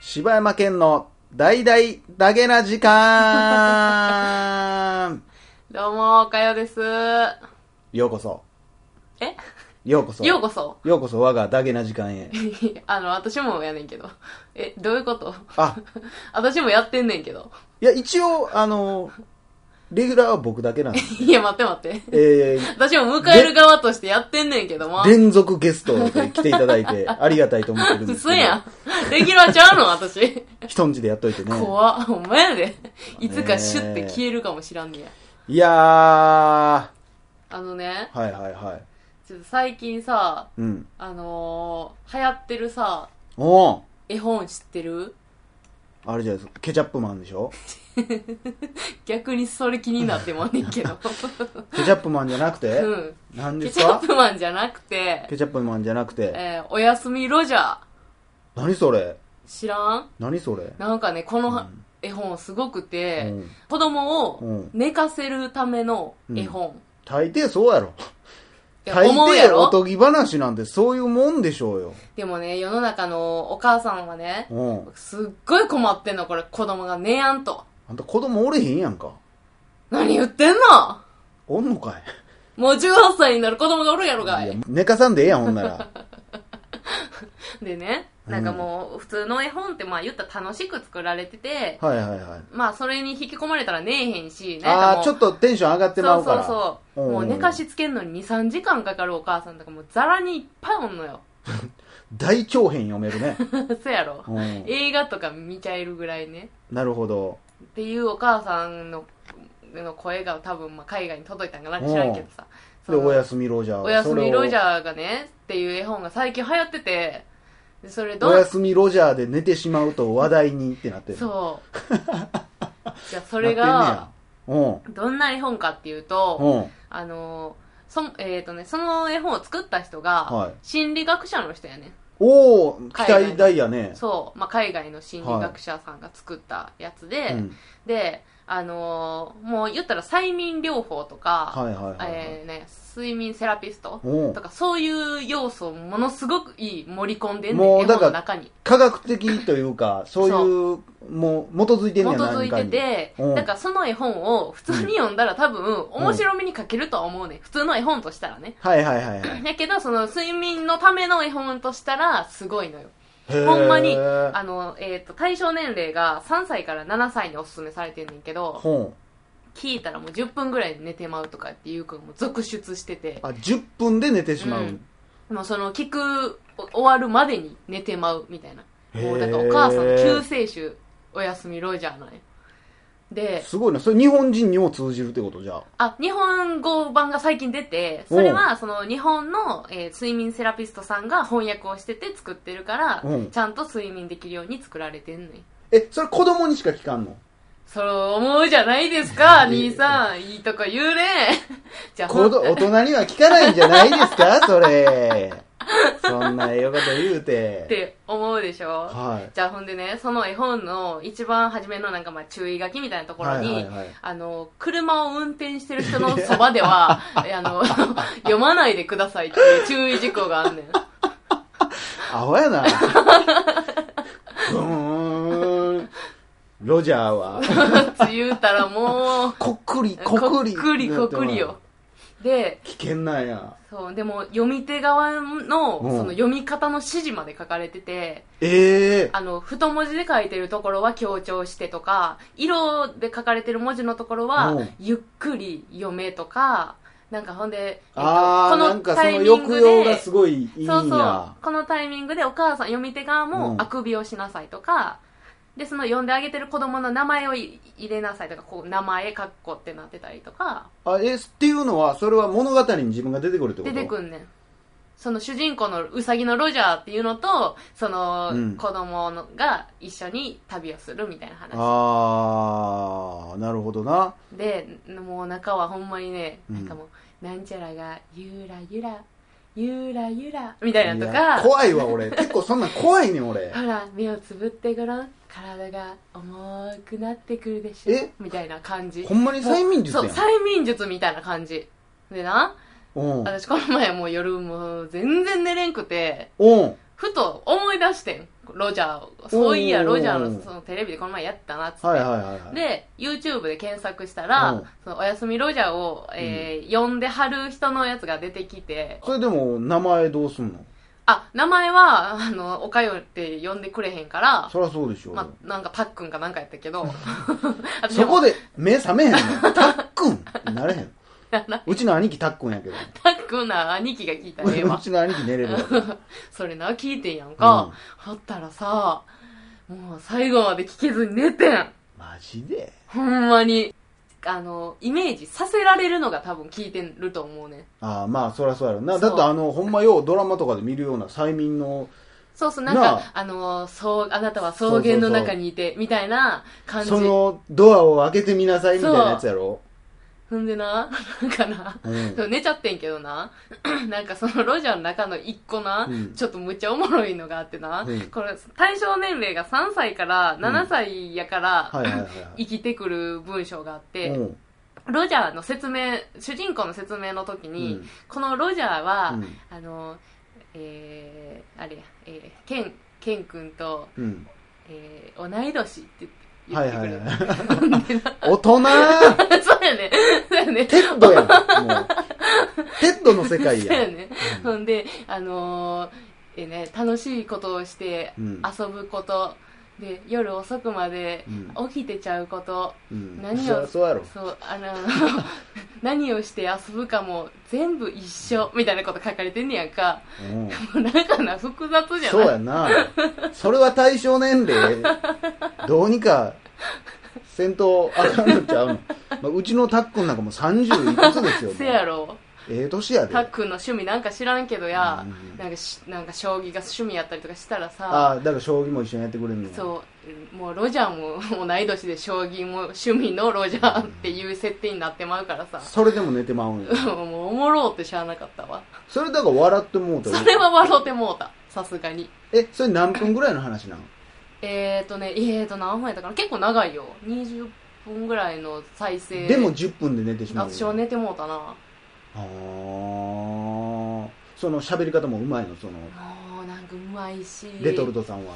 柴山県の大々だげな時間 どうも、おかよです。ようこそ。えようこそ。ようこそ。 ようこそ我がだげな時間へ。あの、私もやねんけど。え、どういうことあ、私もやってんねんけど。いや、一応、あの、レギュラーは僕だけなんで。 いや、待って待って。え私も迎える側としてやってんねんけどもー、。連続ゲストで来ていただい て、ありがたいと思ってるんです嘘けど。やん。レギュラーちゃうの、 私。人んちでやっといてね。怖っ。ほんまやで。いつかシュッて消えるかもしらんねや。いやー、はあのねい、はいはい。ちょっと最近さ、うん。あのー、流行ってるさ、おー絵本知ってるあれじゃないですか。ケチャップマンでし ょ逆にそれ気になってもんねんけ ど。ケチャップマンじゃなくて、うん。何でケすチャかップマンじゃなくて、ケチャップマンじゃなくて。えーおやすみロジャー。何それ知らん何それなんかね、こうのん絵本すごくうて、ん。子供うをん寝かせるための絵本。大抵そうやろ。って大思うや抵おろとぎ話なんてそういうもんでしょうよ。でもね、世の中のお母さんはね、うん。すっごい困ってんの、これ、子供が寝やんと。あんた子供おれへんやんか。何言ってんのおんのかい。もう18歳になる子供がおるやろがいやい。寝かさんでええやん、ほんな ら。でね、なんかもう、普通の絵本って、まあ言ったら楽しく作られてて、はいはいはい。まあそれに引き込まれたら寝えへんし、なんかあもあ、うちょっとテンション上がってまそううかそうら。そう。うんもう寝かしつけんのに2、3時間かかるお母さんとかもうザラにいっぱいおんのよ。 大長編読めるね。そうや ろ。うん。映画とか見ちゃえるぐらいね。なるほど。っていうお母さんのの声が多分まあ海外に届いたんかな知らんけどさ。そで、のおやすみロジャー。おやすみロジー。ャーがね、っていう絵本が最近流行ってて、でそれどおやう、すみロジャーで寝てしまうと話題にってなってる。う。 そう。じゃあそそれが、うん。どんな絵本かっていうと、うん。あのー、そんえっ、とね、その絵本を作った人が、はい心理学者の人やね。おー、海期外待大やね。そう、まあ、海外の心理学者さんが作ったやつで、うん。で、あのーもう言ったら催眠療法とか、はいはいはいはい。えーね、睡眠セラピストおーとか、そういう要素をものすごくいい盛り込んでんねん、もう絵本だのか中に。科学的というか、そういう、もう、基づい基てんねやづいてて、何かにうんだからその絵本を普通に読んだら多分面白みに書けるとは思うねん。普通の絵本としたらね。はいはいはいはい。だけど、その睡眠のための絵本としたらすごいのよ。へー ほんまにあの、えっ、と、対象年齢が3歳から7歳におすすめされてんねんけど、ほん。聞いたらもう10分ぐらいで寝てまうとかっていう子も続出してて、あ、10分で寝てしまう。うんもうその聞くお終わるまでに寝てまうみたいな。へーもうだからお母さんの救世主、おやすみロジャーなんや。で、すごいな。それ日本人にも通じるってことじゃあ。あ、日本語版が最近出て、それはその日本の、えー睡眠セラピストさんが翻訳をしてて作ってるから、うんちゃんと睡眠できるように作られてんねん。え、それ子供にしか聞かん のそう思うじゃないですか、いい兄さん。いいとこ言うね。 じゃあ、子ど大人には聞かないんじゃないです かそれ。そんなええこと言うて。って思うでしょはい。じゃあほんでね、その絵本の一番初めのなんかまあ注意書きみたいなところに、はいはいはいあの、車を運転してる人のそばで は、えあの、読まないでくださいっていう注意事項があんねん。アホやな。う ーん。ロジャーは、って言うたらもう、こっくり、こっくり。こっくり、こっくりよ。。で、危険なんや。そう、でも読み手側の、うんその読み方の指示まで書かれてて、ええあの、太文字で書いてるところは強調してとか、色で書かれてる文字のところはうん、ゆっくり読めとか、なんかほんで、えっとああ、なんかその抑揚がすごいいいんや。そうそう、このタイミングでお母さん、読み手側うもんあくびをしなさいとか、で、その読んであげてる子供の名前をい入れなさいとか、こう、名前、かっこってなってたりとか、あ、え、っていうのは、それは物語に自分が出てくるってこと出てくんねん。その主人公のウサギのロジャーっていうのと、そのうん子供のが一緒に旅をするみたいな話。ああ、なるほどな。でもう中はほんまにね、うんなんかもうなんちゃらがゆらゆらゆらゆらみたいなのといやか怖い わ、俺。結構そんなん怖いねん、俺。ほら目をつぶってごらん体が重くなってくるでしょえみたいな感じほんまに催眠術やそん。う催眠術みたいな感じでなうん。私この前もう夜もう全然寝れんくて、うん。ふと思い出してん。ロジャーを。そういおや、ーロジャーのそのテレビでこの前やったなっつって。はいはいはいはい。で、YouTube で検索したら、うんそのおやすみロジャーを、えー呼んではる人のやつが出てきて、それでも、名前どうすんのあ、名前は、あの、おかよって呼んでくれへんから、そりゃそうでしょ。まあ、なんかパックンかなんかやったけ ど、私そこで目覚めへん の。たっくんってなれへん。うちの兄貴たっくん やけど。パックンな兄貴が聞いたらええうわ。ちの兄貴寝れるわ。それな、聞いてんやんか。ほったらさ、もう最後まで聞けずに寝てん。マジでほんまに。あの、イメージさせられるのが多分聞いてると思うねん。ああ、まあ、そりゃそうやろな。そうだってあの、ほんまようドラマとかで見るような催眠の、そうそう、なんか、なあの、そう、あなたは草原の中にいて、みたいな感じ。そのドアを開けてみなさいみたいなやつやろ。ほんでな、なんかな、うんそう寝ちゃってんけどな、 なんかそのロジャーの中の一個な、うんちょっとむっちゃおもろいのがあってな、うん これ、対象年齢が3歳から7歳やから、はいはいはいはい。生きてくる文章があって、うんロジャーの説明、主人公の説明の時うに、んこのロジャーは、うんあの、えー、あれや、えー、ケン、ケン君と、うん。えー、同い年って言はっいて言ってはくいれる。 はい。でな大人そうやね。そうやね。テッドやん。もう。テッドの世界そうや やん。ね。ほんで、あのーえーね、楽しいことをしてうん遊ぶこと、で、夜遅くまでうん起きてちゃうこと、うん何そをりゃそうやろ。そう、あの ー何をして遊ぶかも全部一緒みたいなこと書かれてんねやんか。うんもうなんかな、複雑じゃないそうやな。それは対象年齢、 どうにか、戦闘あかんのちゃうの。まあ、うちのたっくんなんかもう30いくつですよ。もう せやろ。ええ年やで。たっくんの趣味なんか知らんけどや、うんなんかし、なんか将棋が趣味やったりとかしたらさ、ああ、だから将棋も一緒にやってくれるのそう、もうロジャーも同い年で将棋も趣味のロジャーっていう設定になってまうからさ、それでも寝てま うんや。もうおもろうってしゃあなかったわ。それだから笑ってもうたそれは笑うてもうた、さすがに。え、それ何分ぐらいの話なんえーとね、えーと何分やったかな結構長いよ。20分ぐらいの再生。でも、10分で寝てしまう。私は。寝てもうたな。あーその喋り方もうまいの、その、もうなんかうまいし。レトルトさんは。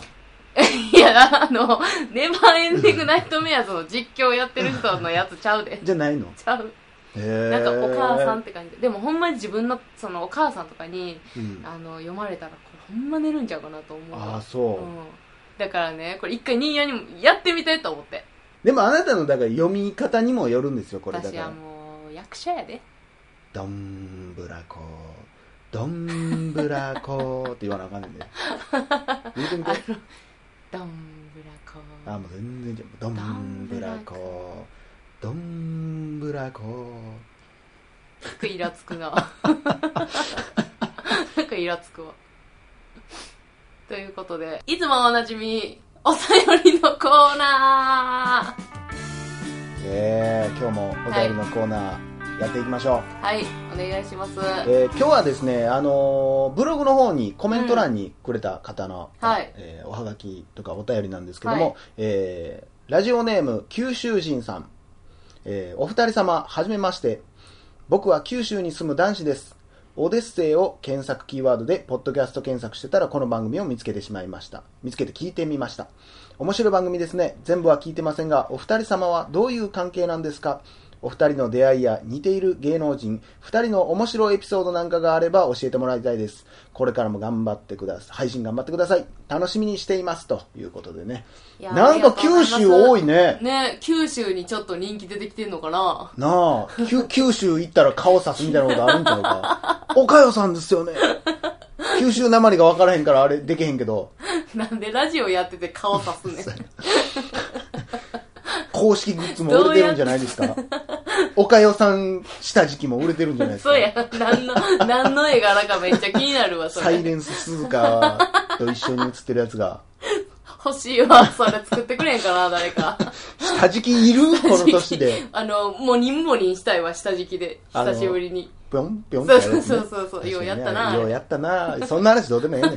いや、あの、ネバーエンディングナイトメアその実況やってる人のやつちゃうで。じゃないのちゃう。へーなんかお母さんって感じで。でもほんまに自分の、そのお母さんとかに、うん。あの読まれたらこれほんま寝るんちゃうかなと思うああ、うそう。ん、だからねこれ一回ニーヤにもやってみてと思ってでもあなたのだから読み方にもよるんですよこれだか私はらもう役者やで「どんぶらこどんぶらこ」って言わなあかんねんで言うてみてあのどんぶらあこもう全然じゃどんぶらこどんぶらこなんかイラつくな なんかイラつくわということでいつもおなじみお便りのコーナえー、今日もお便りのコーナーやっていきましょう、ーはいお願いしますえー今日はですね、あのーブログの方にコメント欄にくれた方の、うんはいえーおはがきとかお便りなんですけども、はいえーラジオネーム九州人さん、えーお二人様はじめまして僕は九州に住む男子ですオデッセイを検索キーワードでポッドキャスト検索してたらこの番組を見つけてしまいました見つけて聞いてみました面白い番組ですね全部は聞いてませんがお二人様はどういう関係なんですかお二人の出会いや似ている芸能人二人の面白いエピソードなんかがあれば教えてもらいたいですこれからも頑張ってください配信頑張ってください楽しみにしていますということでねいやなんか九州多いねね九州にちょっと人気出てきてんのかななあ、九九州行ったら顔さすみたいなことあるんちゃうか。おかよさんですよね。九州なまりが分からへんからあれでけへんけど、なんでラジオやってて顔さすねん公式グッズも売れてるんじゃないですか。おかよさんした時期も売れてるんじゃないですかそう。や、何の、何の絵柄かめっちゃ気になるわ、そサイれ。レンス鈴鹿と一緒に写ってるやつが、欲しいわ、それ作ってくれんかな、誰か。下敷きいるこの年で。 あの、もにんもにんしたいわ、下敷きで。あの久しぶりに。ぴょんぴょんってそやうるそうやつねそうそうそう、ようやったな。ようやったな。そんな話どうでもええねん。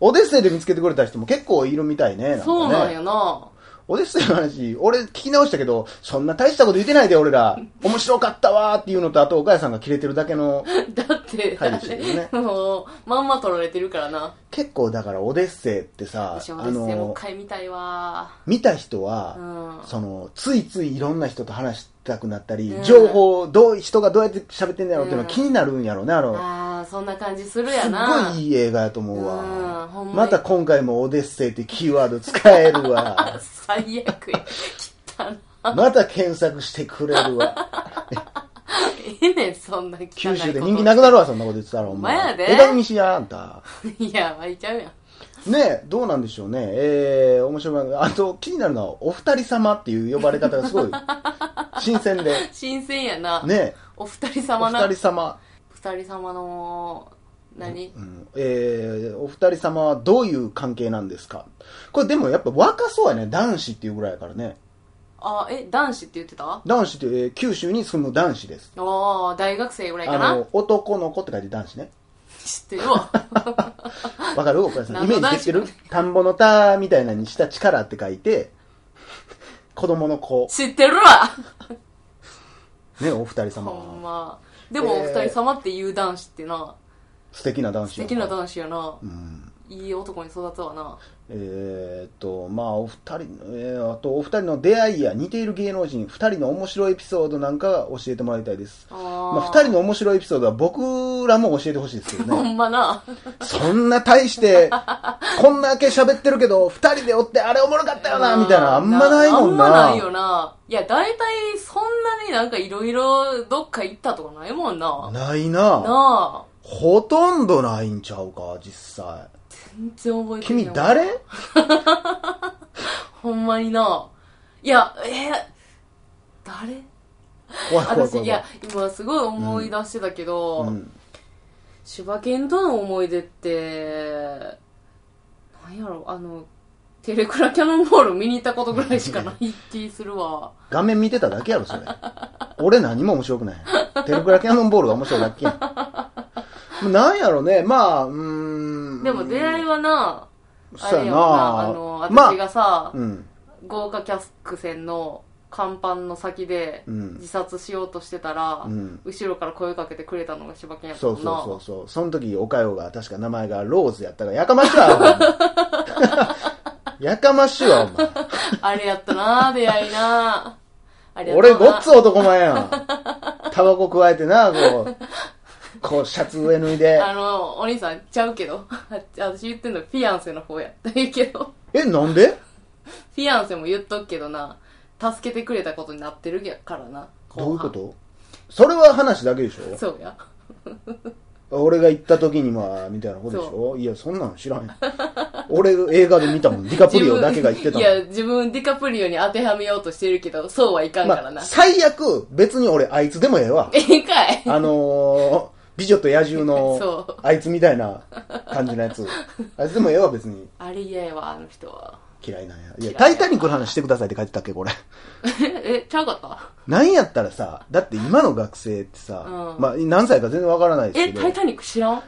オデッセイで見つけてくれた人も結構いるみたいね。なんかねそうなんやな。 オデッセイの話、俺聞き直したけど、そんな大したこと言ってないで、俺ら。面白かったわーっていうのと、あと、岡谷さんがキレてるだけの、だって、回でしたけどねもう、まんま取られてるからな。結構だから、オデッセイってさ、私、あオデッセイもうの一、回見たいわ。見た人うは、ん。その、ついついいろんな人と話したくなったり、うん情報、どう、人がどうやって喋ってんだろうっていうのうんは気になるんやろうね、あの、ああ、そんな感じするやすな。っごいいい映画やと思うわうんほんまにまた今回も「オデッセイ」ってキーワード使える わ最悪や。汚い。また検索してくれるわ ええねん、そんな汚いこと。九州で人気なくなるわそんなこと言ってたらおほんま前やで枝にしやあんたいや、湧いちゃうやん。ねえどうなんでしょうねえー、面白いあと気になるのは「お二人様」っていう呼ばれ方がす ごい新鮮で新鮮やな。ねえお二人お様な。二お人二様、人様の、何うんえー、お二人様はどういう関係なんですかこれでもやっぱ若そうやね男子っていうぐらいやからねあ、え、男子って言ってたあ男子って、えー九州に住む男子ですあ、大学生ぐらいかあなの、男の子って書いて男子ね。知ってるわ。わかる岡田さん。イ何メのージできてる男子田んぼの田みたいなのにした力って書いて、子供の子。知ってるわね、お二人 様ほは。んま。でも、おえー二人様っていう男子ってな、素敵な男子素敵な男子やな。子。うん。いい男に育つわな。えーっと、まあ、お二人、えーあと、お二人の出会いや似ている芸能人、二人の面白いエピソードなんかは教えてもらいたいです。あまあ、ー二人の面白いエピソードは僕らも教えてほしいですけどほ ね。んまな。そんな大して、こんだけ喋ってるけど、二人でおってあれおもろかったよな、みたいな、あんまないもんな。あんまないよな。いや、大体、そんなになんかいろいろどっか行ったとかないもんな。ないななあ。ほとんどないんちゃうか、実際。全然覚えてない。君誰ほんまにな。いや、えー誰怖い怖い私、怖い。いや、今すごい思い出してたけど、うん。柴犬との思い出って、なんやろ、あの、テレクラキャノンボール見に行ったことぐらいしかない気するわ。画面見てただけやろ、それ。俺何も面白くない。テレクラキャノンボールが面白いだけやん。なんやろね、まあ、うーん。でも出会いはな、あそうれややなろな、あの、ま私がさ、あ、うん。豪華キャスク船の甲板の先でうん自殺しようとしてたら、うん後ろから声かけてくれたのが柴犬やったそもうんそな。うそうそう。その時、おかよが、確か名前がローズやったから、やかましい わ、お前やかましいわ、お前。あれやったな、出会いな。あれやった俺なごっつ男前やん。タバコ加えてな、こう、こうシャツ上脱いで。あの、お兄さんちゃうけど。 あ私言ってんのフィアンセの方やったんやけど。え、なんでフィアンセも言っとくけどな、助けてくれたことになってるからな。どういうこ後とそれは話だけでし半ょそうや。俺が行った時には、みたいなことでしょいや、そんなの知らんよ。俺映画で見たもん。ディカプリオだけが言ってたいもや、ん。自分ディカプリオに当てはめようとしてるけど、そうはいかんからまあ、な。最悪、別に俺あいつでもええわ。ええんかい あのー、美女と野獣そうの、あいつみたいな感じのや つ。あいつでもええわ、別に。あれ嫌やわ、あの人は。嫌いなんや。い嫌いや、やタイタニックの話してくださいって書いてたっけ、 これ。え、ちゃうかったなんやったらさ、だって今の学生ってさ、うんまあ何歳か全然わからないですえ、けタイど、タニック知らん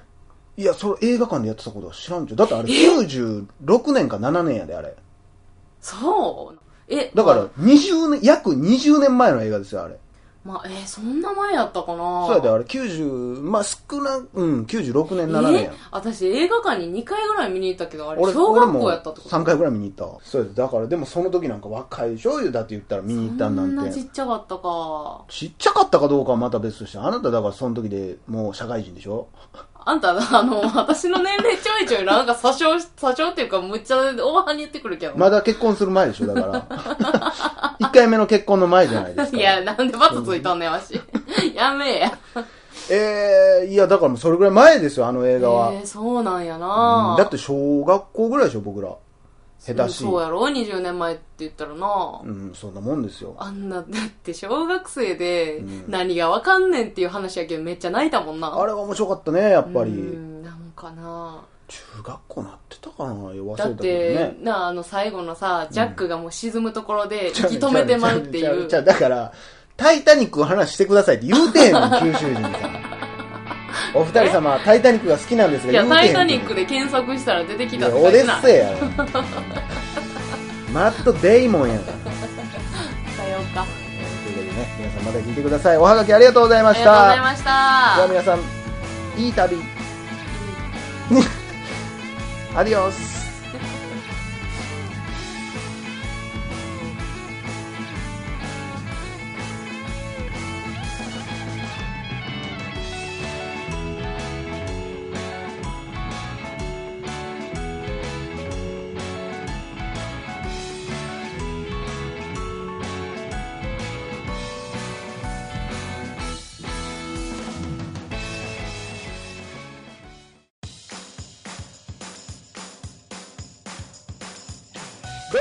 いや、それ映画館でやってたことは知らんちゅう。だってあれ96年か7年やで、あれ。そう。え、だから、20年、約20年前の映画ですよ、あれ。まあ、えそんな前やったかなそうやで、あれ90、まあ少な、うん、96年、7年えや。私映画館に2回ぐらい見に行ったけどあれ俺、小俺学も校やったってこと3回ぐらい見に行った。そうやで、だからでもその時なんか若いでしょ言うだって言ったら見に行ったんそんななんちて。っちゃかったかちっちゃかったかどうかはまた別として、あなただからその時でもう社会人でしょあんたあの 私の年齢ちょいちょいなんか詐称詐称っていうかむっちゃ大半に言ってくるけど、まだ結婚する前でしょ、だから。 一回目の結婚の前じゃないですか。いやなんでバツついたんねん わしやめえやえー、いや、だからもうそれぐらい前ですよ、あの映え画は。ー、そうなんやう、なんだって小学校ぐらいでしょ、僕ら。下手しい。そうやろ20年前って言ったらな、うん、そんなもんですよ。あんなだって小学生で何がわかんねんっていう話やけどめっちゃ泣いたもんなあれは面白かったね、やっぱり。うんなんかな中学校なってたかな忘れだたっけて、どね。なああの最後のさジャックがもう沈むところで息止めてまうってちゃいうちゃうちゃうちゃうだから、タイタニックの話してくださいって言うてへんの、九州人さん。お二人様、タイタニックが好きなんですが、いや言うてタへんイけどタニックで検索したら出てきいたやってオ書いデてなッセイやろ。マット・デイモンやからさようかということでね皆さんまた聞いてくださいおはがきありがとうございあまりしがとうございたましたじゃあ皆さんいい旅アディオスど